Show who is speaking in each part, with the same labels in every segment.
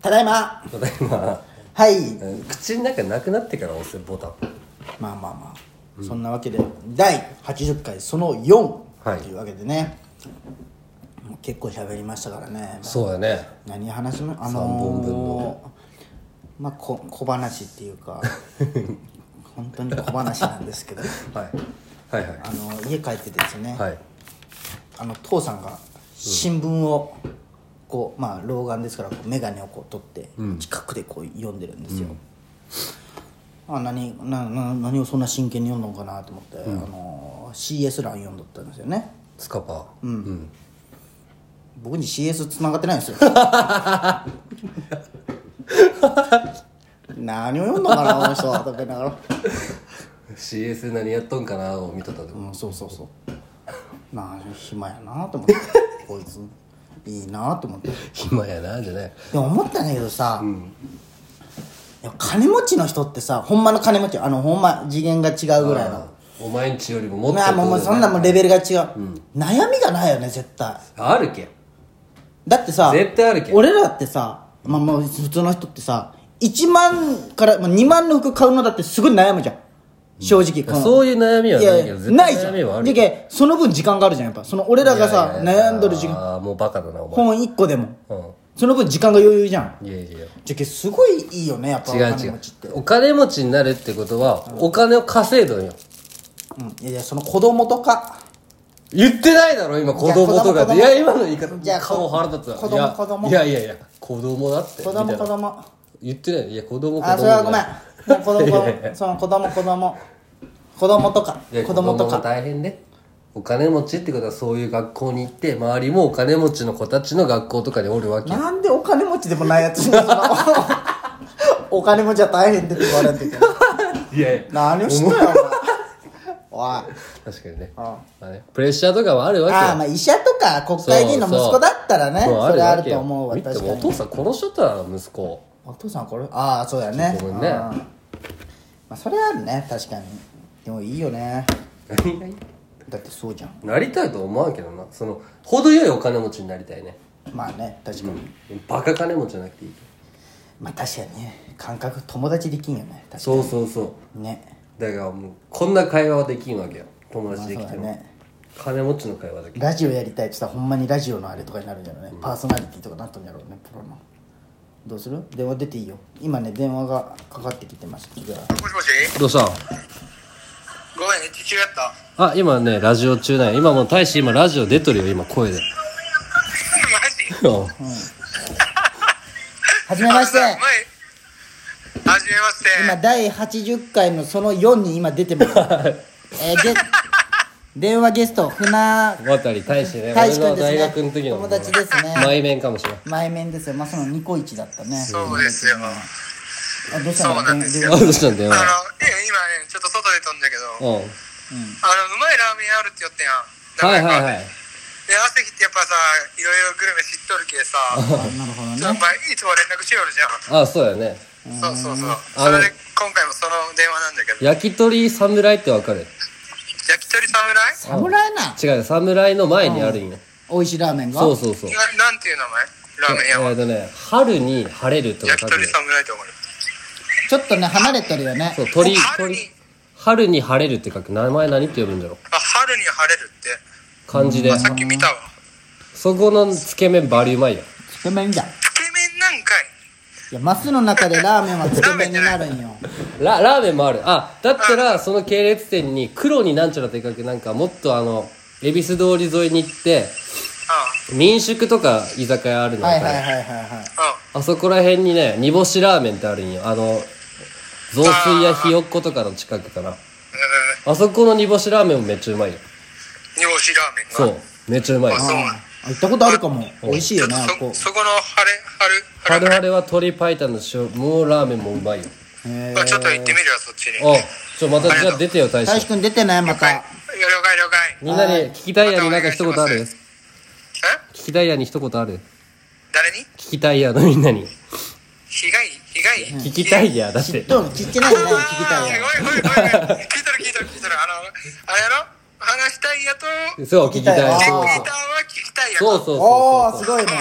Speaker 1: ただいま
Speaker 2: ただいま
Speaker 1: はい、
Speaker 2: うん口の中なくなってから押すボタン
Speaker 1: まあまあまあ、そんなわけで第80回その4
Speaker 2: はい
Speaker 1: というわけでね、もう結構喋りましたからね
Speaker 2: そうだね
Speaker 1: 何話しまあのー、
Speaker 2: 三本分の
Speaker 1: まあこ小話っていう か本当に小話なんですけど
Speaker 2: はいはいはい
Speaker 1: あの家帰ってですね、
Speaker 2: はい
Speaker 1: あの父さんが新聞をこう、まあ老眼ですからこう眼鏡をこう取って近くでこう読んでるんですよ、あ何なな何をそんな真剣に読んだのかなと思って、あの CS 欄読んどったんですよね
Speaker 2: スカパーうん
Speaker 1: 僕に CS 繋がってないんです よ何を読んだのかなこの人はとか言いながら
Speaker 2: CS 何やっとんかなを見とったで
Speaker 1: うんそうそうそうなあ暇やなと思って こいついいなと思って
Speaker 2: 暇やなじゃない
Speaker 1: でも思ったんだけどさ、いや金持ちの人ってさほんまの金持ちあのほんま次元が違うぐらいの
Speaker 2: お前んちよりももっと
Speaker 1: まあもうもうそんなもうレベルが違う、悩みがないよね絶対
Speaker 2: あるけ
Speaker 1: だってさ
Speaker 2: 絶対あるけん
Speaker 1: 俺らってさ、まあ、もう普通の人ってさ1万から、まあ、2万の服買うのだってすごい悩むじゃん正直、この
Speaker 2: そういう悩みはないけど
Speaker 1: や
Speaker 2: 絶対
Speaker 1: ないじゃ
Speaker 2: 悩みは
Speaker 1: ん
Speaker 2: あ
Speaker 1: で
Speaker 2: るけ
Speaker 1: けその分時間があるじゃんやっぱその俺らがさ
Speaker 2: いやいやいや
Speaker 1: 悩んどる時間
Speaker 2: ああもうバカだなお前
Speaker 1: 本1個でも
Speaker 2: う
Speaker 1: その分時間が余裕じゃん
Speaker 2: んいやいやいや
Speaker 1: じゃけすごいいいよねやっぱ
Speaker 2: 違う
Speaker 1: お
Speaker 2: 違
Speaker 1: 金
Speaker 2: う
Speaker 1: 持ちって
Speaker 2: お金持ちになるってことはお金を稼いどんよ
Speaker 1: うん、いやいやその子供とか
Speaker 2: 言ってないだろ今子供とかってい
Speaker 1: いや
Speaker 2: や
Speaker 1: 子供
Speaker 2: 今の言い方
Speaker 1: じゃあ
Speaker 2: 顔腹立つわ
Speaker 1: 子供
Speaker 2: いや
Speaker 1: 子供
Speaker 2: いやいやいや子供だって
Speaker 1: 子
Speaker 2: み
Speaker 1: 供
Speaker 2: たいな
Speaker 1: 子供
Speaker 2: 言ってないいや子供子供
Speaker 1: あそれはごめん
Speaker 2: だ
Speaker 1: もう子供子供その子供子供子供とか
Speaker 2: いや
Speaker 1: 子供と
Speaker 2: も
Speaker 1: か
Speaker 2: 大変ねお金持ちってことはそういう学校に行って周りもお金持ちの子たちの学校とかにおるわけ
Speaker 1: なんでお金持ちでもないやつにその お金持ちは大変って言われてて
Speaker 2: いやいや
Speaker 1: 何をしとん やお前おい
Speaker 2: 確かにね,、
Speaker 1: あ
Speaker 2: まあ、ねプレッシャーとかはあるわけよ
Speaker 1: ああまあ医者とか国会議員の息子だったらねそ
Speaker 2: もう
Speaker 1: れあ
Speaker 2: わ
Speaker 1: る
Speaker 2: け
Speaker 1: と
Speaker 2: よ
Speaker 1: 思うわ
Speaker 2: 見て
Speaker 1: 確
Speaker 2: も
Speaker 1: か
Speaker 2: お父
Speaker 1: に
Speaker 2: さん殺しちゃったら息子 を
Speaker 1: お父さんこれああそうだよね
Speaker 2: ごめんね
Speaker 1: うんまあそれはあるね確かにでもいいよね
Speaker 2: 何がいい
Speaker 1: だってそうじゃん
Speaker 2: なりたいと思わんけどなその程よいお金持ちになりたいね
Speaker 1: まあね確かに、
Speaker 2: バカ金持ちじゃなくていい
Speaker 1: まあ確かにね感覚友達できんよね確か
Speaker 2: そうそうそう
Speaker 1: にね
Speaker 2: だからもうこんな会話はできんわけよ友達できても、
Speaker 1: まあそうだね
Speaker 2: 金持ちの会話だけ
Speaker 1: ラジオやりたいってさほんまにラジオのあれとかになるんじゃろうね、パーソナリティとかなっとんじゃろうねプロのどうする電話出ていいよ今ね電話がかかってきてますじゃあ
Speaker 3: もしもし
Speaker 2: どうした
Speaker 3: ごめん、父親やった。
Speaker 2: あ今ねラジオ中なんや今もう大使今ラジオ出とるよ今声で
Speaker 3: マジ
Speaker 2: うん
Speaker 1: はじめまして
Speaker 3: あ前はじめまして。
Speaker 1: 今第80回のその4に今出て ますえーで電話ゲスト船
Speaker 2: 渡り大使ね
Speaker 1: 大使
Speaker 2: 俺
Speaker 1: 君
Speaker 2: の
Speaker 1: ですね
Speaker 2: 大学の時の
Speaker 1: 友達ですね
Speaker 2: 前面かもしれない
Speaker 1: 前面ですよまあそのニコイチだったね
Speaker 3: そうですよ。あ
Speaker 1: あ
Speaker 3: の、
Speaker 1: どうしたの
Speaker 3: そうなんです
Speaker 2: あどうしたんだよ
Speaker 3: いや今ね、ちょっと外で飛んだけど、あの、
Speaker 2: う
Speaker 3: う
Speaker 2: ん
Speaker 3: まいラーメン屋あるって言ってんやん。
Speaker 2: はいはい
Speaker 3: い。
Speaker 2: はい
Speaker 3: で、朝日ってやっぱさ、いろいろグルメ知っとるけさ、
Speaker 1: あなるほどね
Speaker 3: ちょっと前、いつも連絡しよるじゃん。
Speaker 2: あそうやね
Speaker 3: そうそうそう。
Speaker 2: あ
Speaker 3: そ
Speaker 2: の
Speaker 3: れで、今回もその電話なんだけど、
Speaker 2: 焼き鳥侍ってわかる
Speaker 3: 焼き鳥侍
Speaker 1: 侍な
Speaker 2: 違うよ侍の前にあるんや
Speaker 1: 美味しいラーメンが
Speaker 2: そうそうそう
Speaker 3: ななんていう名前ラーメン屋
Speaker 2: え
Speaker 3: は。
Speaker 2: っとね春に晴れるとか
Speaker 3: 焼
Speaker 2: 書
Speaker 3: き
Speaker 2: く
Speaker 3: 鳥
Speaker 2: よ
Speaker 3: 侍って思う。
Speaker 1: ちょっとね離れてるよね
Speaker 2: そう鳥
Speaker 3: 春
Speaker 2: 鳥
Speaker 3: に、
Speaker 2: 春に晴れるって書く名前何って呼ぶんだろう
Speaker 3: あ、春に晴れるって。
Speaker 2: 漢字で
Speaker 3: さっき見たわ。
Speaker 2: そこのつけ麺バリうまいよ
Speaker 1: つけ麺じゃん
Speaker 3: つけ麺なんかい
Speaker 1: いやマスの中でラーメ ンはつけ麺になるんよ
Speaker 2: ララーメンもあるあだったらその系列店に黒になんちゃらって書くなんかもっとあの恵比寿通り沿いに行って
Speaker 3: あ
Speaker 2: 民宿とか居酒屋あるの
Speaker 1: はい
Speaker 2: よ
Speaker 1: はいはいはいはい
Speaker 3: あああ
Speaker 2: あそこら辺にね煮干しラーメンってあるんよあの雑炊やひよっことかの近くかな
Speaker 3: え
Speaker 2: あそこの煮干しラーメンもめっちゃうまいよ
Speaker 3: ー、煮干しラーメンが
Speaker 2: そうめっちゃうまいよ
Speaker 3: あそう
Speaker 1: あ行ったことあるかも美味しい
Speaker 3: ち
Speaker 1: よ
Speaker 3: ょっと
Speaker 1: ねあそこ
Speaker 3: そそこの晴れ晴れ
Speaker 2: はる
Speaker 3: 晴れ
Speaker 2: はるは鶏白湯の塩もうラーメンもうまいよ
Speaker 1: へ
Speaker 3: あちょっと行ってみるわそっちに
Speaker 2: おちょまたじゃあ出てよ大
Speaker 1: え大志
Speaker 2: 使
Speaker 1: くん出てねま
Speaker 3: 了解
Speaker 1: た
Speaker 3: 了解了解
Speaker 2: みんなで聞きたいやになんか一言ある
Speaker 3: またお願いしえ
Speaker 2: 聞きたいやに一言ある
Speaker 3: 誰に
Speaker 2: 聞きたいやのみんなに
Speaker 3: 被害被害
Speaker 2: 聞きたいやだっ
Speaker 1: 知ってとる聞いてないよね
Speaker 3: あー
Speaker 1: 聞きたいや
Speaker 3: ごめんごめんごめんごめん聞いとる聞いとる聞いとるあのあれやろ話したいやと
Speaker 2: そう聞きたいや
Speaker 1: 聞きたい
Speaker 3: デ
Speaker 1: あ
Speaker 3: ク
Speaker 1: ー
Speaker 3: リターは聞きたいや
Speaker 2: そうそうそうそう
Speaker 1: おー
Speaker 2: そう
Speaker 1: すごいね
Speaker 3: うん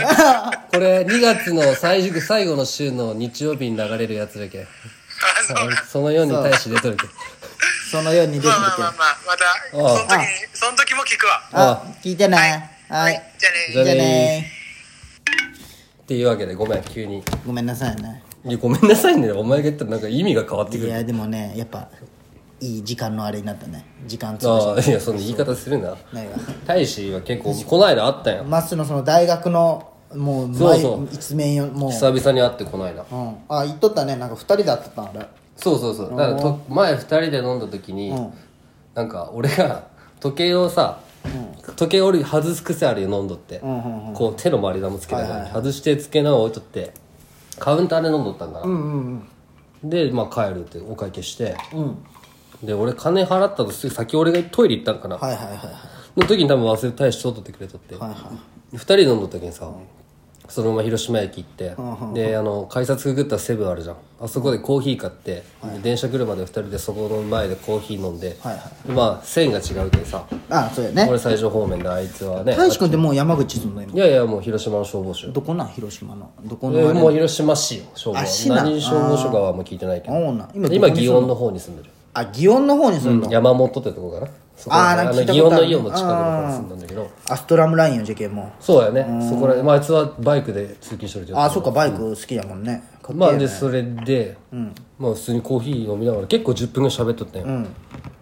Speaker 3: あブあ
Speaker 2: これ2月の最終最後の週の日曜日に流れるやつだけん
Speaker 3: そう
Speaker 2: あのそのように対して出とるけん
Speaker 1: そのように出てきて
Speaker 3: まあまあまあまあまたその時にその時も聞くわ
Speaker 1: あ聞いてねはい、
Speaker 3: じゃあね
Speaker 1: じゃあね
Speaker 2: っていうわけでごめん急に
Speaker 1: ごめんなさいね
Speaker 2: いやごめんなさいねお前が言ったらなんか意味が変わって
Speaker 1: い
Speaker 2: くる
Speaker 1: やでもねやっぱいい時間のあれになったね時間つぶし
Speaker 2: ああいやその言い方するな
Speaker 1: ないわ
Speaker 2: 大使は結構この間あったんや
Speaker 1: マッスーのその大学のもう
Speaker 2: そう
Speaker 1: 前
Speaker 2: そう
Speaker 1: 一面よもう
Speaker 2: 久々に会ってこの間
Speaker 1: うん、あ言っとったねなんか二人で会っとったんあれ
Speaker 2: そうそうそうだからと前2人で飲んだ時に、
Speaker 1: うん
Speaker 2: なんか俺が時計をさ、時計俺外す癖あるよ飲んどって、
Speaker 1: んうん
Speaker 2: こう手の周り玉つけながら、
Speaker 1: はいはい
Speaker 2: 外して付けながら置いとってカウンターで飲んどったんだな、
Speaker 1: うんうん
Speaker 2: で、まあ、帰るってお会計して
Speaker 1: うんうん
Speaker 2: で俺金払ったとすぐ先俺がトイレ行ったんかな、
Speaker 1: はいはいはいはい
Speaker 2: の時に多分忘れて大使取っとってくれとって、
Speaker 1: はいはい
Speaker 2: 二人で飲んだ時にさ、そのまま広島駅行って、であの改札くぐったセブンあるじゃんあそこでコーヒー買って、で電車来るまで二人でそこの前でコーヒー飲んで、
Speaker 1: はいは
Speaker 2: まあ線が違うけどさ
Speaker 1: あそうやね
Speaker 2: 俺最上方面であいつはね
Speaker 1: 大志くんってもう山口住んの今
Speaker 2: いやいやもう広島の消防署
Speaker 1: どこなん広島のどこ
Speaker 2: え
Speaker 1: のあれ
Speaker 2: もう広島市よ消
Speaker 1: あ
Speaker 2: 防
Speaker 1: 市なん
Speaker 2: 何消防署かはもう聞いてないけど
Speaker 1: あそうなん今どこに
Speaker 2: 今祇園の方に住んでる
Speaker 1: あ祇園の方に住んの、
Speaker 2: 山本ってとこかなそこ
Speaker 1: あーなん
Speaker 2: の
Speaker 1: か聞いた
Speaker 2: 祇
Speaker 1: こ
Speaker 2: 園
Speaker 1: とあ
Speaker 2: の
Speaker 1: る
Speaker 2: イオンの近くの方に住んだんだけど
Speaker 1: アストラムラインよ JK も
Speaker 2: そうやねそこら辺まああいつはバイクで通勤してるけど
Speaker 1: あそっかバイク好きやもんねかっけえ
Speaker 2: まあでそれで、まあ普通にコーヒー飲みながら結構10分ぐらい喋っとったんよ、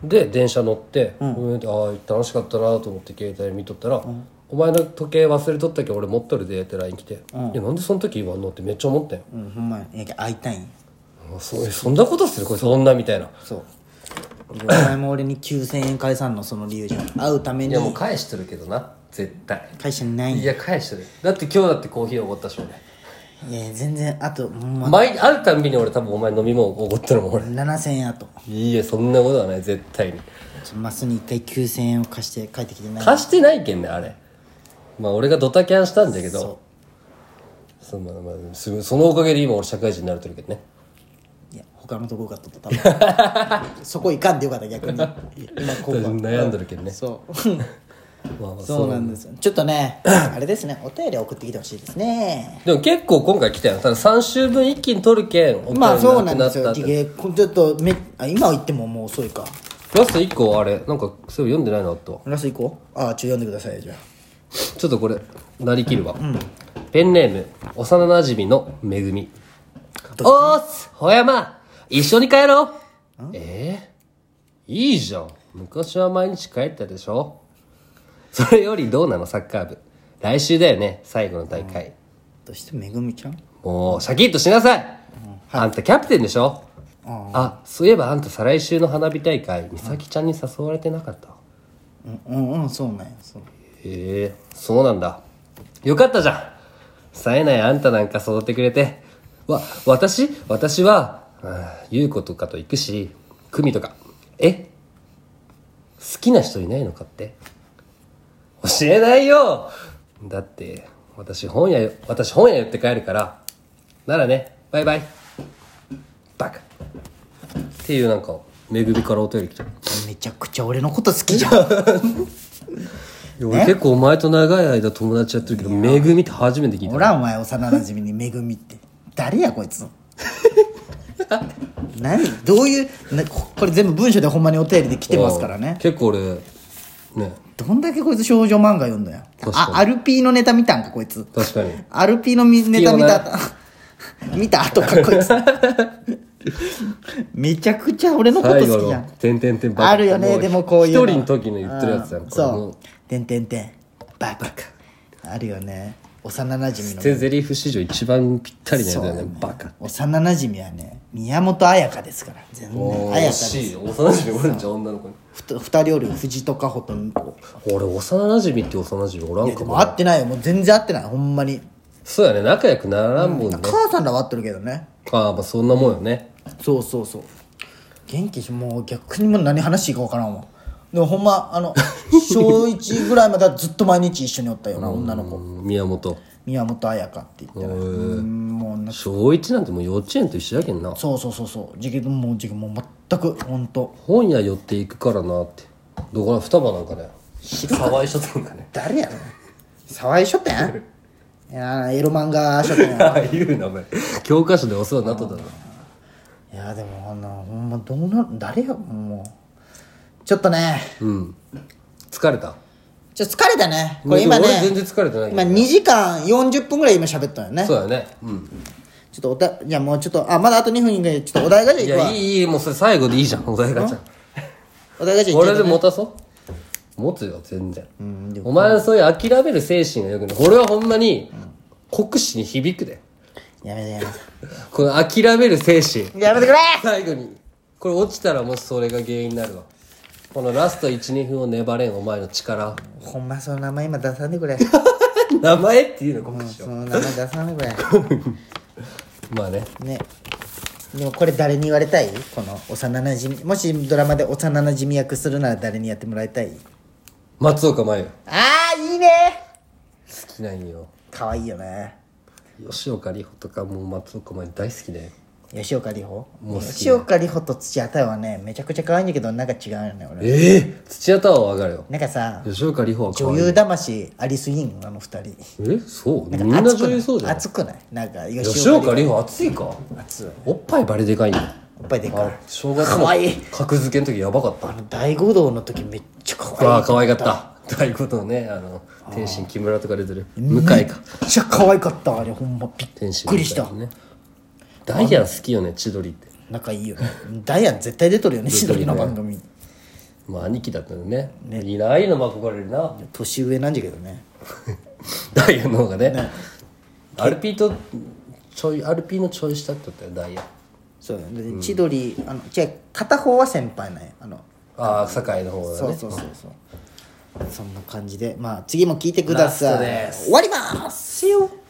Speaker 2: で電車乗って、うんって、ああ楽しかったなと思って携帯見とったら、お前の時計忘れとったけど俺持っとるで」って LINE 来て、いやなんでその時言わんの?」ってめっちゃ思ったんよ、
Speaker 1: うんほんまやいや会いたいん
Speaker 2: あそそんなことするこれそんなみたいな
Speaker 1: そうお前も俺に9000円返さんのその理由じゃん会うため
Speaker 2: い
Speaker 1: に
Speaker 2: やもう返してるけどな絶対
Speaker 1: 返してないん
Speaker 2: い
Speaker 1: や
Speaker 2: や返してるだって今日だってコーヒーおごったし俺
Speaker 1: いや全然あとほんま
Speaker 2: 毎会うたんびに俺多分お前飲み物おごったのも俺
Speaker 1: 7000円あと
Speaker 2: いいえそんなことはない絶対に
Speaker 1: ちょマスに一回9000円を貸して帰ってきてない
Speaker 2: 貸してないけんねあれまあ俺がドタキャンしたんだけどそ,、まあまあ、すそのおかげで今俺社会人になれてるけどね
Speaker 1: いや他のとこよかったと多分 そこ行かんでよかった逆に今ここは
Speaker 2: 悩んでるけどね
Speaker 1: そう
Speaker 2: まあまあ
Speaker 1: そうなんですよちょっとね あれですねお便り送ってきてほしいですね
Speaker 2: でも結構今回来たよただ3週分一気に取るけんお便り
Speaker 1: まあそうな
Speaker 2: なく
Speaker 1: ん
Speaker 2: な
Speaker 1: で
Speaker 2: っ
Speaker 1: す
Speaker 2: た
Speaker 1: よ
Speaker 2: っ
Speaker 1: ち
Speaker 2: て
Speaker 1: げこちょっとめあ今は言ってももう遅いか
Speaker 2: ラスト1個あれなんかそれ読んでないのあったわ
Speaker 1: ラスト行こうああちょっと読んでくださいよじゃあ
Speaker 2: ちょっとこれなりきるわ、ペンネーム幼なじみのめぐみおーっすほやま一緒に帰ろうえー、いいじゃん昔は毎日帰ったでしょそれよりどうなのサッカー部来週だよね最後の大会、
Speaker 1: そしてめぐみちゃん
Speaker 2: もうシャキッとしなさい、あんたキャプテンでしょ、あそういえばあんた再来週の花火大会美咲ちゃんに誘われてなかった、
Speaker 1: うんうんうんそうなんやそう
Speaker 2: へえそうなんだよかったじゃん冴えないあんたなんか育ってくれてわ私私はあー優子とかと行くし久美とかえ好きな人いないのかって教えないよだって私本屋よ私本屋寄って帰るからならねバイバイバカっていうなんか恵みからお便り来た
Speaker 1: めちゃくちゃ俺のこと好きじゃん
Speaker 2: いや俺結構お前と長い間友達やってるけど「めぐみ」って初めて聞いた
Speaker 1: ほらお前幼なじみにめぐみって誰やこ いつ何どういうなここれ全部文章でほんまにお便りで来てますからね
Speaker 2: 結構俺ね
Speaker 1: どんだけこいつ少女漫画読んだよ
Speaker 2: 確か
Speaker 1: あ
Speaker 2: に
Speaker 1: アルピーのネタ見たんかこいつ
Speaker 2: 確かに
Speaker 1: アルピーのみネタ見た、見た後かこ いつめちゃくちゃ俺のこと好
Speaker 2: 最後
Speaker 1: きじゃ
Speaker 2: の
Speaker 1: ん
Speaker 2: 「てんてんてんばっか」
Speaker 1: あるよねでもこういう
Speaker 2: 一人の時の言ってるやつや
Speaker 1: うんん
Speaker 2: これも
Speaker 1: そう「てんてんてんバカ」あるよね幼なじみの
Speaker 2: 捨て台詞史上一番ぴったりなやつ
Speaker 1: そう
Speaker 2: だ
Speaker 1: だ
Speaker 2: よ
Speaker 1: ね
Speaker 2: ねバカ
Speaker 1: 幼なじみはね宮本彩香ですから全然彩香です
Speaker 2: しい幼馴染おるんじゃん女の子に
Speaker 1: ふと二人おるよ藤戸かほと美子
Speaker 2: 俺幼馴染って幼馴染おら
Speaker 1: い
Speaker 2: ん
Speaker 1: やで
Speaker 2: か
Speaker 1: も
Speaker 2: も
Speaker 1: 会ってないよもう全然会ってないほんまに
Speaker 2: そうやね仲良くならんもんね
Speaker 1: 母さんらは会ってるけどね
Speaker 2: ああまあそんなもんよね
Speaker 1: そうそうそう元気しもう逆にもう何話していいか分からんわでもほんまあの小1ぐらいまではずっと毎日一緒におったよな女の
Speaker 2: う
Speaker 1: 子
Speaker 2: ん宮本
Speaker 1: 宮本彩香って言ってねうんもうな
Speaker 2: 小一なんてもう幼稚園と一緒やけんな
Speaker 1: そうそうそうそう時期もう時期もう全くほんと
Speaker 2: 本屋寄っていくからなってどこな双葉なんかねかわいしょとんかね
Speaker 1: 誰やろ沢井書店 いやーエロ漫画書店やな
Speaker 2: 言うなお前教科書でお世話になっとったない
Speaker 1: やーでもあのほんまどうな誰やもうちょっとね
Speaker 2: うん疲れた
Speaker 1: ちょっと疲れたねこれ今
Speaker 2: でも
Speaker 1: ね
Speaker 2: 俺全然疲れてないけど
Speaker 1: 今2時間40分ぐらい今喋ったよねち
Speaker 2: そ
Speaker 1: ょ
Speaker 2: うだねうん
Speaker 1: っとおたじゃあもうちょっとあまだあと2分以外ちょっとお題ガチャ
Speaker 2: い
Speaker 1: いくわ
Speaker 2: やいいいいもうそれ最後でいい じゃんお題ガチャ
Speaker 1: お題ガチャいっちゃ
Speaker 2: 俺
Speaker 1: う
Speaker 2: で
Speaker 1: とね
Speaker 2: 持たそう持つよ全然お前のそういう諦める精神がよくない俺はほんまに国士に響くで
Speaker 1: やめてやめ
Speaker 2: この諦める精神
Speaker 1: てやめてくれ
Speaker 2: 最後にこれ落ちたらもしそれが原因になるわこのラスト12分を粘れんお前の力
Speaker 1: ほんまその名前今出さんでくれ
Speaker 2: 名前っていうの国士
Speaker 1: そ
Speaker 2: を
Speaker 1: の名前出さんでく
Speaker 2: まあね
Speaker 1: れねでもこれ誰に言われたいこの幼なじみもしドラマで幼なじみ役するなら誰にやってもらいたい
Speaker 2: 松岡茉優好
Speaker 1: あーいいね
Speaker 2: きなんよ
Speaker 1: 可愛いよね
Speaker 2: 吉岡里帆とかもう松岡茉優大好きで
Speaker 1: 吉岡里帆
Speaker 2: もう好き
Speaker 1: 吉岡里帆と土屋太鳳はねめちゃくちゃ可愛いんだけどなんか違うよね俺
Speaker 2: ええ土屋太鳳は上がるよ
Speaker 1: なんかさ
Speaker 2: 吉岡里帆は可
Speaker 1: 女
Speaker 2: 愛い
Speaker 1: 優魂ありすぎんあの二人
Speaker 2: えそうみん
Speaker 1: な
Speaker 2: なん
Speaker 1: か熱く
Speaker 2: 女優そうじゃん
Speaker 1: 熱くないなんか
Speaker 2: 吉
Speaker 1: 吉岡
Speaker 2: 岡
Speaker 1: 里
Speaker 2: 里帆熱いか
Speaker 1: 熱い
Speaker 2: おっぱいバリでかいんだ
Speaker 1: おっぱいでかい
Speaker 2: 正月
Speaker 1: 可愛い
Speaker 2: の格付けの時やばかった
Speaker 1: あの大五道の時めっちゃ可愛い
Speaker 2: ああ可愛かった大悟のねあの天心木村とか出てる向井か
Speaker 1: めっちゃ可愛かったあれほんまびっ
Speaker 2: 天心
Speaker 1: くりした
Speaker 2: 向井ねダイアン好きよね千鳥って
Speaker 1: 仲いいよねダイアン絶対出とるよね千鳥の番組
Speaker 2: まあ兄貴だったのねいいなああいうのも憧れるな
Speaker 1: 年上なんじゃけどね
Speaker 2: ダイアンの方がねアルピーとちょいアルピーのちょい下って言ったよダイアン
Speaker 1: そうで千鳥あの違う片方は先輩なんやあの
Speaker 2: ああ酒井の方が
Speaker 1: そう
Speaker 2: ね
Speaker 1: そうそうそうそんな感じでまあ次も聞いてください
Speaker 2: ラストです
Speaker 1: 終わります See you